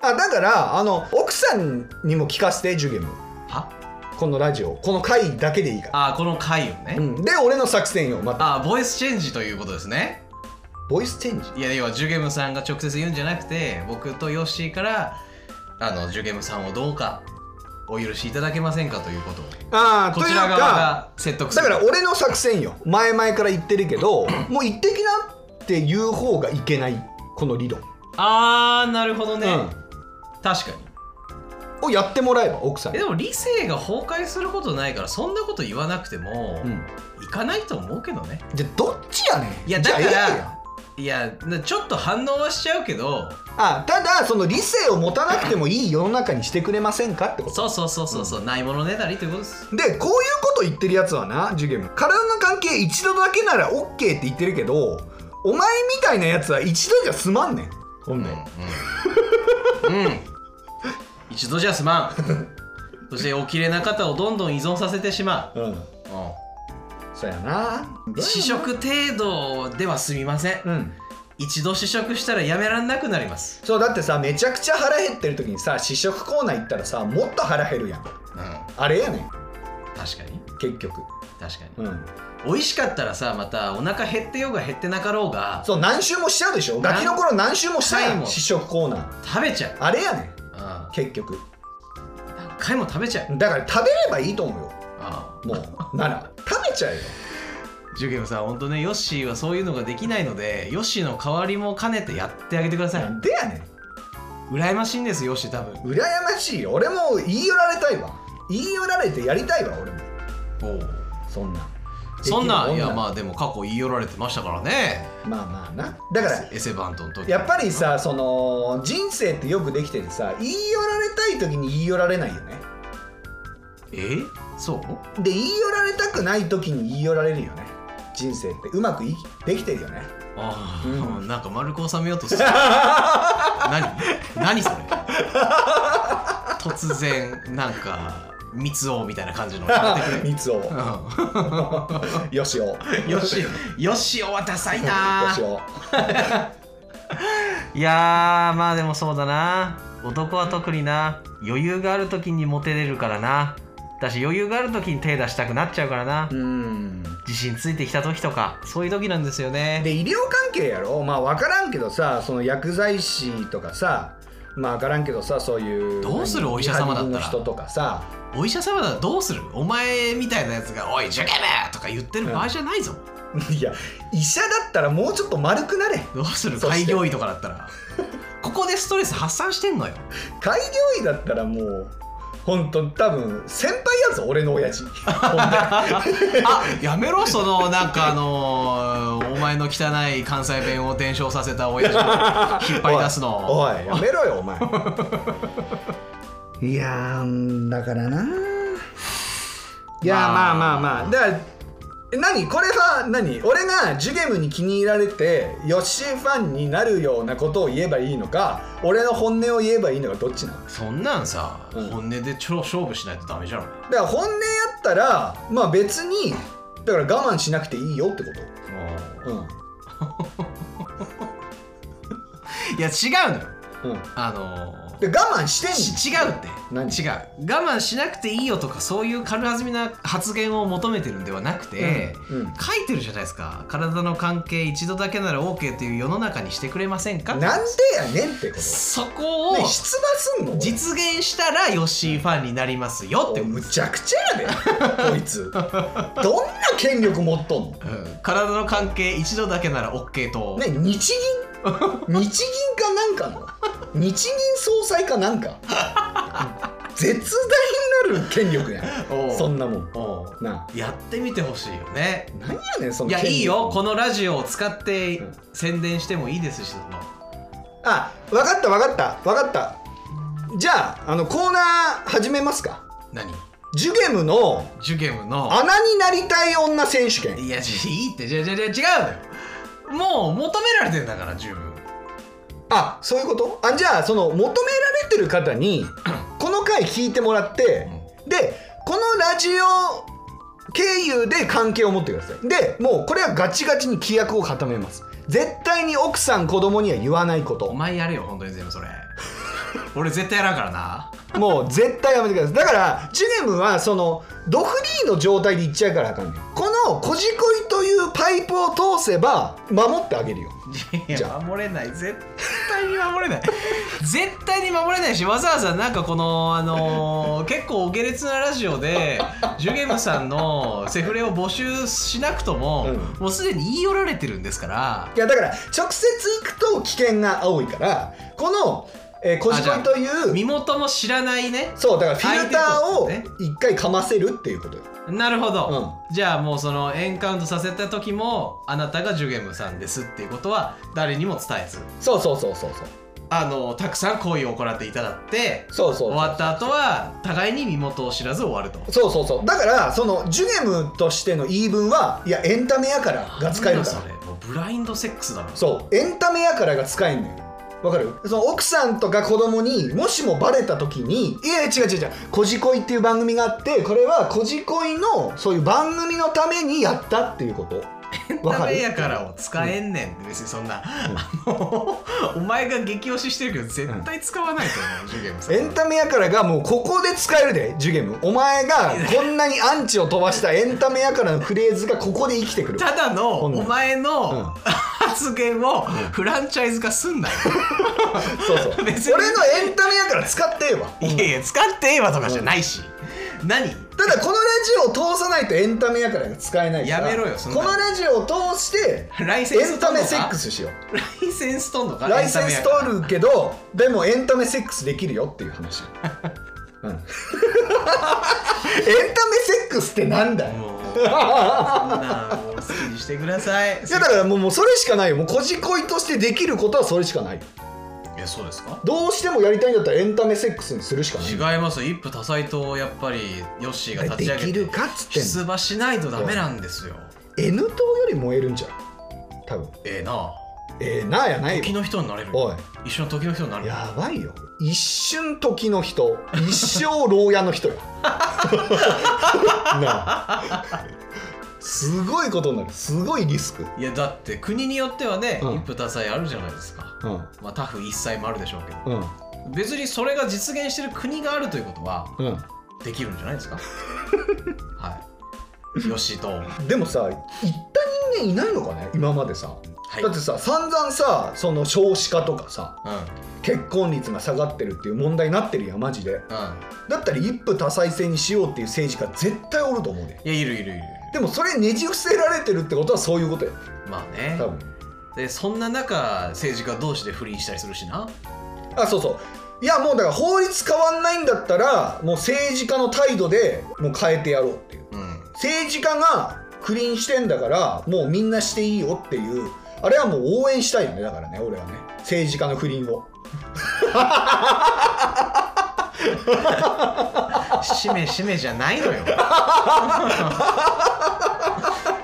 あだからあの奥さんにも聞かせてジュゲムはこのラジオこの回だけでいいから、あーこの回をね、うん、で俺の作戦よまたあーボイスチェンジということですねボイスチェンジいや要はジュゲムさんが直接言うんじゃなくて僕とヨッシーからあのジュゲムさんをどうかお許しいただけませんかということをああこちら側が説得すだるから俺の作戦よ前々から言ってるけど もう行ってきなって言う方がいけないこの理論、あーなるほどね、う確かにん、をやってもらえば奥さんえにでも理性が崩壊することないからそんなこと言わなくても、うんいかないと思うけどねじゃあどっちやねんいやだからじゃあええやんいやなちょっと反応はしちゃうけどあただその理性を持たなくてもいい世の中にしてくれませんかってことそうそうそうそうそう、ないものねだりということですでこういうこと言ってるやつはなジュゲム体の関係一度だけなら OK って言ってるけどお前みたいなやつは一度じゃ済まんねんほんで、うん、うんうん一度じゃすまんそしておきれな方をどんどん依存させてしまうんう、そうやなうん、試食程度では済みません、うん一度試食したらやめらんなくなります、そうだってさめちゃくちゃ腹減ってる時にさ試食コーナー行ったらさもっと腹減るやんうん、確かあれやねんに結局確かに、うん美味しかったらさまたお腹減ってようが減ってなかろうがそう何周もしちゃうでしょなんガキの頃何周もしたやはいんもう試食コーナー食べちゃう、あれやねんうん、何結局回も食べちゃう、だから食べればいいと思うよあも うなら食べちゃえよあジュゲムさん本当ねヨッシーはそういうのができないのでヨッシーの代わりも兼ねてやってあげてください、なんでやねん羨ましいんですよヨッシー多分羨ましいよ俺も言い寄られたいわ言い寄られてやりたいわ俺もそんなそんなでいきるやもまあでも過去言い寄られてましたからねまあまあなだからエセバントの時やっぱりさその人生ってよくできててさ言い寄られたい時に言い寄られないよねえそうで言い寄られたくない時に言い寄られるよね人生ってうまくいきできてる よねああ、う なんか丸く収めよう とする何何それ突然なんか三つ王みたいな感じのやめてくれ三つをよしおうんよしよしおはダサいよなしおいやーまあでもそうだな男は特にな余裕がある時にモテれるからなだし余裕がある時に手出したくなっちゃうからなうん地震ついてきた時とかそういう時なんですよでね医療関係やろまあ分からんけどさその薬剤師とかさまあ分からんけどさそういうどうするお医者様だリハったらビリの人とかさ お医者様ならどうするお前みたいなやつが「おい受験め!」とか言ってる場合じゃないぞ、いや医者だったらもうちょっと丸くなれどうするそして開業医とかだったらここでストレス発散してんのよ開業医だったらもう本当多分先輩やぞ俺の親 父ほんであやめろそのなんかあのーお前の汚い関西弁を伝承させた親父を引っ張り出すの おいおいやめろよお前いやーだからないやーままああまあまあだからえ何これは何俺がジュゲムに気に入られてヨッシーファンになるようなことを言えばいいのか俺の本音を言えばいいのかどっちなのそんなんさ、うん本音で超勝負しないとダメじゃんだから本音やったらまあ別にだから我慢しなくていいよってこといや違うのようんうんあのーで我慢してんのし違うって何違う我慢しなくていいよとかそういう軽はずみな発言を求めてるんではなくて、うんうん書いてるじゃないですか体の関係一度だけなら OK という世の中にしてくれませんかなんでやねんってことそこをね出馬すんの実現したらヨッシーファンになりますよっておことむちゃくちゃやでこい つどんな権力持っとんのうん体の関係一度だけなら OK と、ね日 銀日銀かなんかの日銀総裁かなん か絶大なる権力やんおうそんなもんおうなあやってみてほしいよね何やねんそのいや権力いいよこのラジオを使ってうん宣伝してもいいですしそのあ分かった分かった分かったじゃああのコーナー始めますか何ジュゲムのジュゲムの穴になりたい女選手権いや、じいいって、じゃじゃじゃ違うのよ。もう求められてんだから、十分。あそういうことあじゃあその求められてる方にこの回聞いてもらって、でこのラジオ経由で関係を持ってくださいでもうこれはガチガチに規約を固めます絶対に奥さん子供には言わないこおと 前やれよ、本当に全部それ。俺絶対やらんからな。もう絶対やめてくださいだからジュネムはそのドフリーの状態でいっちゃうからあかんねんこのこじこいというパイプを通せば守ってあげるよ いじやゃ守れない絶対に守れない絶対に守れないしわざわざなんかこのあ のー結構お下劣なラジオでジュゲムさんのセフレを募集しなくとも、うもうすでに言い寄られてるんですからいやだから直接行くと危険が多いからこの、えーこじこいとい身う元も知らないねそうだからフィルターを相手と一回かませるっていうことよなるほど、じゃあもうそのエンカウントさせた時もあなたがジュゲムさんですっていうことは誰にも伝えずそうそうそうそうそうあのたくさん行為を行っていただってそうそう終わった後は互いに身元を知らず終わるとそうそうそうだからそのジュゲムとしての言い分はいやエンタメやからが使えるからなんだそれもうブラインドセックスだろそうエンタメやからが使えんのよわかるその奥さんとか子供にもしもバレた時に「いや違う違う違う「こじこい」っていう番組があってこれはこじこいのそういう番組のためにやったっていうことわダかメやるからを使えんねん、別にそんな、あのお前が激推ししてるけど絶対使わないと思う、ジュゲムさんエンタメやからがもうここで使えるでジュゲムお前がこんなにアンチを飛ばしたエンタメやからのフレーズがここで生きてくるただの本来お前の、うん発言をフランチャイズ化すんなよ、そうそう別に俺のエンタメやから使ってええわいやいや使ってええわとかじゃないし、何ただこのラジオを通さないとエンタメやからが使えないからやめろよそんなこのラジオを通してライセンエスンタ取メんのセックかスしよライセンス取んのうかライセンスエタメや取かるけどでもエンタメセックスできるよっていう話、 うん、エンタメセックスってなんだらよもういやそんなんもう好きにしてくださいだからもうもうそれしかないよもうこじこいとしてできることはそれしかないよえそうですかどうしてもやりたいんだったらエンタメセックスにするしかないよ違いますよ一夫多妻党をやっぱりヨッシーが立ち上げてできるかっつってんの出馬しないとダメなんですよ N 党より燃えるんじゃん多分ええなええなあやないよ時の人になれるおい一緒の時の人になるやばいよ一瞬時の人一生牢屋の人よ なあすごいことになるすごいリスク、いやだって国によってはね、うん一夫多妻あるじゃないですかうんまあタフ一妻もあるでしょうけどうん別にそれが実現してる国があるということはうできるんじゃないですか はいヨッシーと、はん、でもさ行った人間いないのかね今までさ、い、だってさ散々さその少子化とかさうんうん結婚率が下がってるっていう問題になってるやんマジでだったら一夫多妻制にしようっていう政治家絶対おると思うねいやいるいるいるいるでもそれねじ伏せられてるってことはそういうことやまあね多分でそんな中政治家同士で不倫したりするしなあそうそういやもうだから法律変わんないんだったらもう政治家の態度でもう変えてやろうっていううん政治家が不倫してんだからもうみんなしていいよっていうあれはもう応援したいよねだからね俺はね政治家の不倫をしめしめじゃない のよ。ま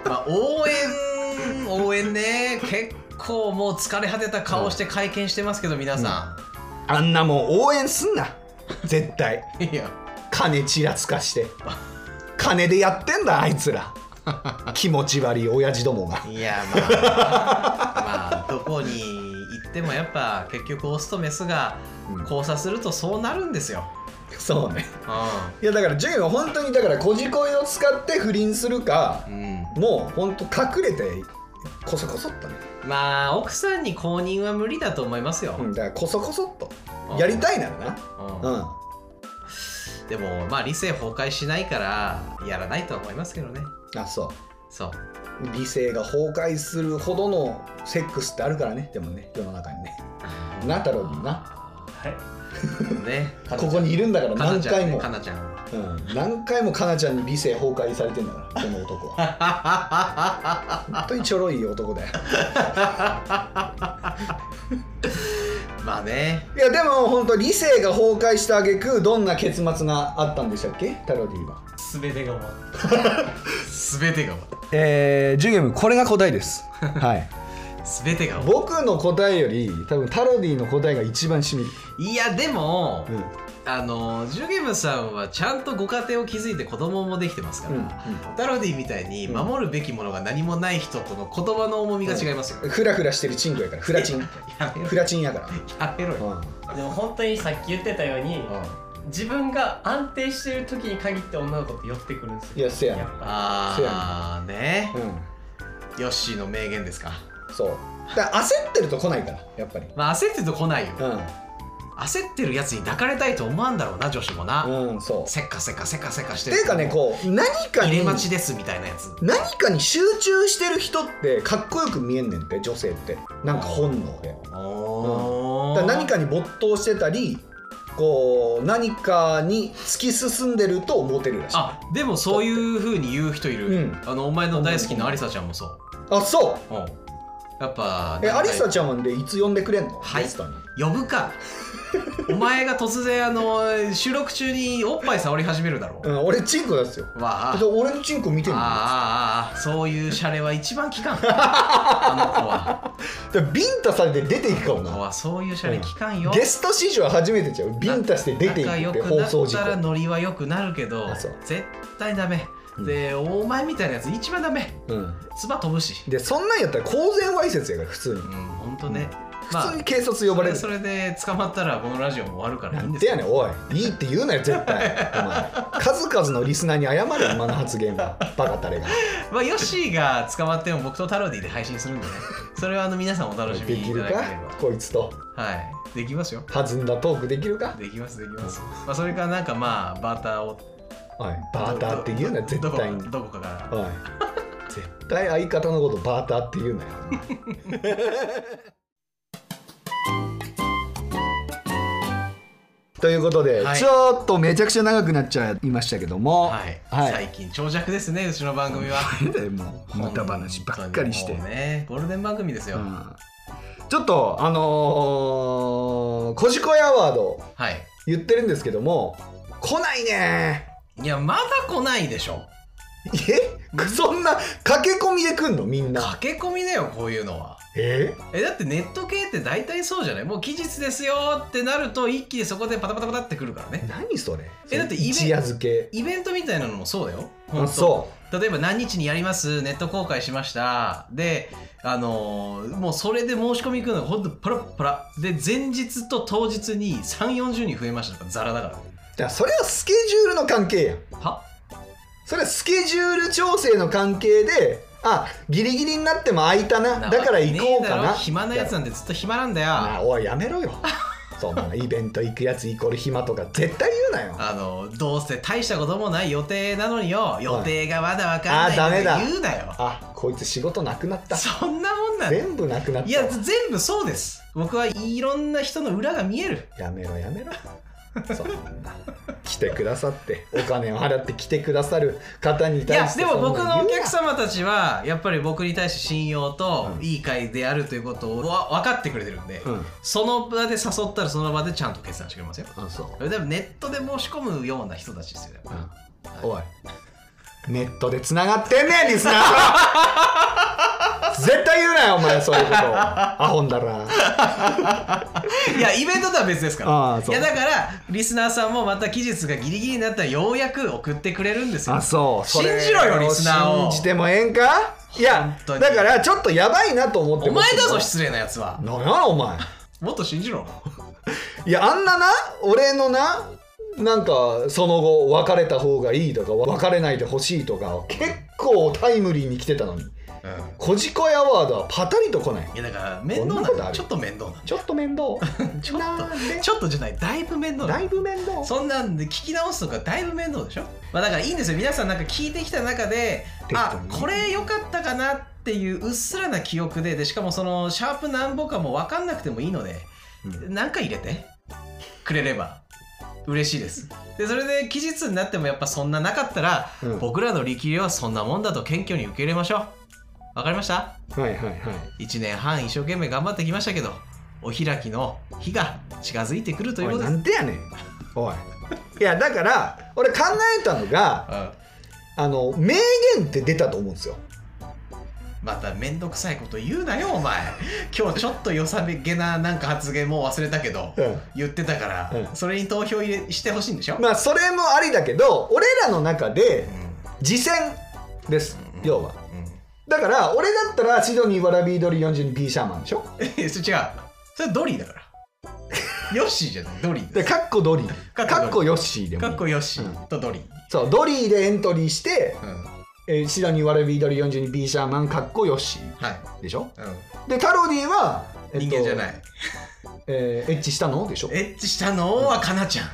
あ、応援、応援ね、結構もう疲れ果てた顔して会見してますけど、皆さあんなもん応援すんな絶対ん。いや、金ちらつかして金でやってんだあいつら気持ち悪い親父どもがいや、まあ、まあ、どこに行ってもやっぱ結局オスとメスが交差するとそうなるんですよ。そうねういやだからジュゲは本当にだからこじこいを使って不倫するかん。うん。もうほんと隠れてこそこそっとね、まあ、奥さんに公認は無理だと思いますよ。うん、だからこそこそっとうんやりたいならうなんうんでも、まあ、理性崩壊しないから、やらないとは思いますけどね。あそそう。う理性が崩壊するほどのセックスってあるからねでもね世の中にねな太郎にな はねかなこちゃんこにいるんだからかな何ちゃん回ねも、かなちゃんうん、何回もかなちゃんに理性崩壊されてんだからこの男は本当にちょろい男だよ まあねいやでも本当理性が崩壊した挙句どんな結末があったんでしたっけタロディはすべてが終わった 全てがえー、ジュゲムこれが答えですはい全てが 僕の答えより多分タロディの答えが一番しみる、いやでも、うんあのジュゲムさんはちゃんとご家庭を築いて子供もできてますから、ダロディみたいに守るべきものが何もない人との言葉の重みが違いますよ、フラフラしてるチンコやからフ ラチンやめろフラチンやから、やめろよ、うんでも本当にさっき言ってたように自分が安定してる時に限って女の子って寄ってくるんですいよやせややなっぱああねうんヨッシーの名言ですかそうだから焦ってると来ないからやっぱりまあ焦ってると来ないよう焦ってるやつに抱かれたいと思わんだろうな女子もな、んうんそうせっかせっかせっかせっかしててるいうかねこう何か入にれ待ちですみたいなやつ何かに集中してる人ってかっこよく見えんねんって女性ってなんか本能でおだから何かに没頭してたりこう何かに突き進んでるとモテるらしいああでもそういうふうに言う人いる、うんあのお前の大好きなアリサちゃんもそう、そううん、やっぱえアリサちちゃんはでいつ呼んでくれんの、はいゲストにゃん呼ぶかお前が突然あの収録中におっぱい触り始めるだろうう、ん、俺チンコ出すよわあで俺のチンコ見てんのああああそういうシャレは一番効 かんあだからビンタされて出ていくかもの子は子なはそういうシャレ効かんよ、ゲスト史上初めてちゃうビンタして出ていく仲良ってく放なっ送事たら故ノリは良くなるけどあそう絶対ダメ、でお前みたいなやつ一番ダメうん唾飛ぶしでそんなんやったら公然わいせつやから普通にうんほんとね、まあ普通に警察呼ばれるそれそれで捕まったらこのラジオも終わるからいいんなんですてよやねんおいいいって言うなよ絶対お前数々のリスナーに謝れ今の発言はバカタレがまあヨッシーが捕まっても僕とタロディで配信す るんでねそれはあの皆さんお楽しみでにきいるただけれかこいつとばはいできますよ弾んだトークできるかできますできます、まあ、それかなんかまあバーターをおいバーターって言うなよ絶どこ対にどこかからおい絶対相方のことバーターって言うなよお前 ということで、はいちょっとめちゃくちゃ長くなっちゃいましたけどもはい、は最近長尺ですねうちの 番組はい、もう無駄話ばっかりして、本当にもうねゴールデン番組ですよ、うんちょっとあのー「こじこいアワードはい」言ってるんですけども来ないね いやまだ来ないでしょえそんな駆け込みで来んのみんな駆け込みだよこういうのはええだってネット系って大体そうじゃないもう期日ですよってなると一気にそこでパタパタパタってくるからね何それえだってイベ一夜漬けイベントみたいなのもそうだよあそ例えば何日にやりますネット公開しましたであのーもうそれで申し込み行くのがほんとパラッパラで前日と当日に3 4 0人増えましたとかザラだからねうだからそれはスケジュールの関係やんはそれはスケジュール調整の関係であギリギリになっても空いたなだから行こうかねえだなろ暇なやつなんてずっと暇なんだよあおいやめろ よそんなイベント行くやつイコール暇とか絶対言うなよあのどうせ大したこともない予定なのによ予定がまだわかんないあダメだ言うなよあこいつ仕事なくなったそんなもんなんだ全部なくなったいや全部そうです僕はいろんな人の裏が見えるやめろやめ ろそんな来てくださってお金を払って来てくださる方にいや対してでもそんな僕の言うおな客様たちはやっぱり僕に対して信用といい会であるということをわ分かってくれてるんで、うんその場で誘ったらその場でちゃんと決断してくれますよあそう、でもネットで申し込むような人たちです よ、ねうん、おいネットでつながってんねんリスナー 絶対言うなよお前そういうことアホんだらいやイベントとは別ですからああいそうやだからリスナーさんもまた期日がギリギリになったらようやく送ってくれるんですよあそうそれ信じろよリスナーを信じてもええんかいや本当にだからちょっとやばいなと思ってお前だぞ失失礼なやつはなんやろお前もっと信じろいやあんなな俺のななんかその後別れた方がいいとか別れないでほしいとか結構タイムリーに来てたのにうん「こじこいアワード」はパタリと来ないいやだから面倒こんななことあのるちょっと面倒なのちょっと面倒ちょっとちょっとじゃないだいぶ面倒なだいのぶ面倒そんなんで聞き直すとかだいぶ面倒でしょまあだからいいんですよ皆さんなんか聞いてきた中で適当あにこれ良かったかなっていううっすらな記憶ででしかもそのシャープなんぼかも分かんなくてもいいのでうんなんか入れてくれれば嬉しいですでそれで期日になってもやっぱそんななかったら、うん僕らの力量はそんなもんだと謙虚に受け入れましょうわかりましたはいはいはい1年半一生懸命頑張ってきましたけどお開きの日が近づいてくるというおこいとでなすんでやねんおいいやだから俺考えたのがうんあの名言って出たと思うんですよまた面倒くさいこと言うなよお前今日ちょっと良さげななんか発言もう忘れたけど、うん言ってたから、うんそれに投票入れしてほしいんでしょ、まあそれもありだけど俺らの中でう次戦ですん要はうんうんだから俺だったらシドニーわらびードリ42 P シャーマンでしょえそれ違うそれドリーだからヨッシーじゃないドリーでですかっこドリかーっこドリーかっこヨッシーでもかっこヨッシうーとドリー、そうドリーでエントリーして、うん、えーシドニー・ワルビードリー42 B シャーマンかっこヨッシはい、ーでしょうでタロディは、えん、っと人間じゃない、えーエッチしたのでしょいエッチしたのはかなちゃん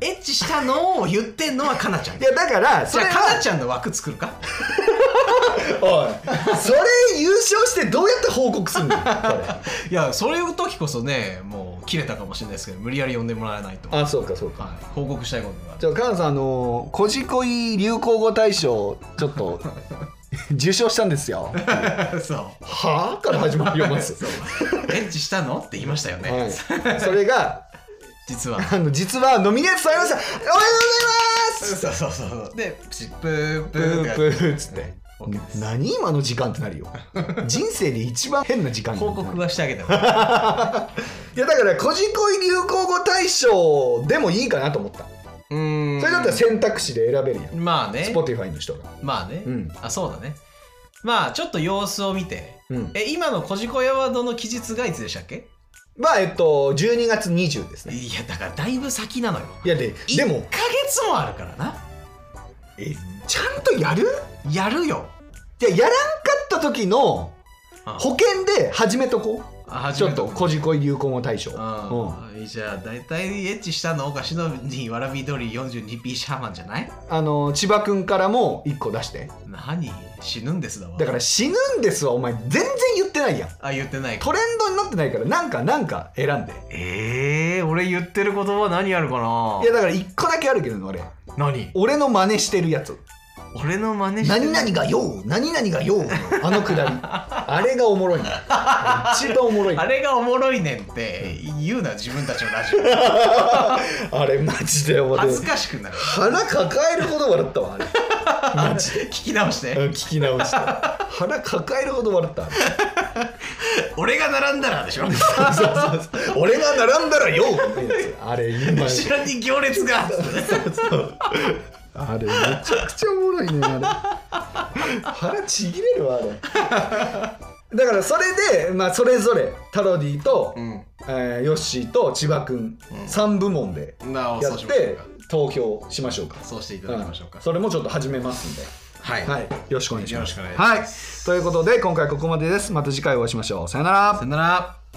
エッチしたのを言ってんのはかなちゃんじゃやだからそれあかなはちゃんの枠作るかおいそれ優勝してどうやって報告すんのこれいやそういう時こそねもう切れたかもしれないですけど無理やり呼んでもらわないと、はあそうかそうかい、報告したいことがじゃあカナさんあのー「こじこい流行語大賞」ちょっ と受賞したんですよそはあから始まるよまずうエッチしたのって言いましたよね、はい、それが実はあの実はノミネートされましたおめでとうございますそうそうそうそうでプチプーププーープってーっつってオッケーです何今の時間ってなるよ人生で一番変な時間にな報る告はしてあげた方が いやだから「こじこい流行語大賞」でもいいかなと思ったうーんそれだったら選択肢で選べるやんまあね Spotify の人がまあね、うんあそうだねまあちょっと様子を見てうんえ今の「こじこいアワード」の期日がいつでしたっけまあえっと12月20ですねいやだからだいぶ先なのよいやででも1ヶ月もあるからなえちゃんとやるやるよいややらんかった時のあ保険で始めとこうあち初ょめってと「こじこい流行語大賞」うんああじゃあ大体エッチしたのがしのにわらび鳥 42P シャーマンじゃないあの千葉君からも1個出して何死ぬんですだわだから「死ぬんです」はお前全然言ってないやんあ言ってないトレンドになってないからなんかなんか選んでえー、俺言ってる言葉何あるかないやだから1個だけあるけどね俺何俺の真似してるやつ俺の真似して何々がよう何々がようあのく だりあれがおもろいな一番おもろいああれれがおもろいねんって言うな自分たちのラジ マジでオ俺恥ずかしくなる腹抱えるほど笑ったわあれマジで聞き直し うてん聞き直して腹抱えるほど笑ったあれ俺が並んだらでしそうょそうそう俺が並んだらよってやつあれ今後ろに行列があれめちゃくちゃおもろいねあれ腹ちぎれるわあれだからそれで、まあ、それぞれタロディと、うんえーヨッシーと千葉君、ん、3部門でなおやそっうしましょうてか投票しましょうかそうしていただきましょうかん、それもちょっと始めますんではい、はい、よろしくお願いしますよろしくお願いしまはい、ということで今回ここまでですまた次回お会いしましょうさよならさよなら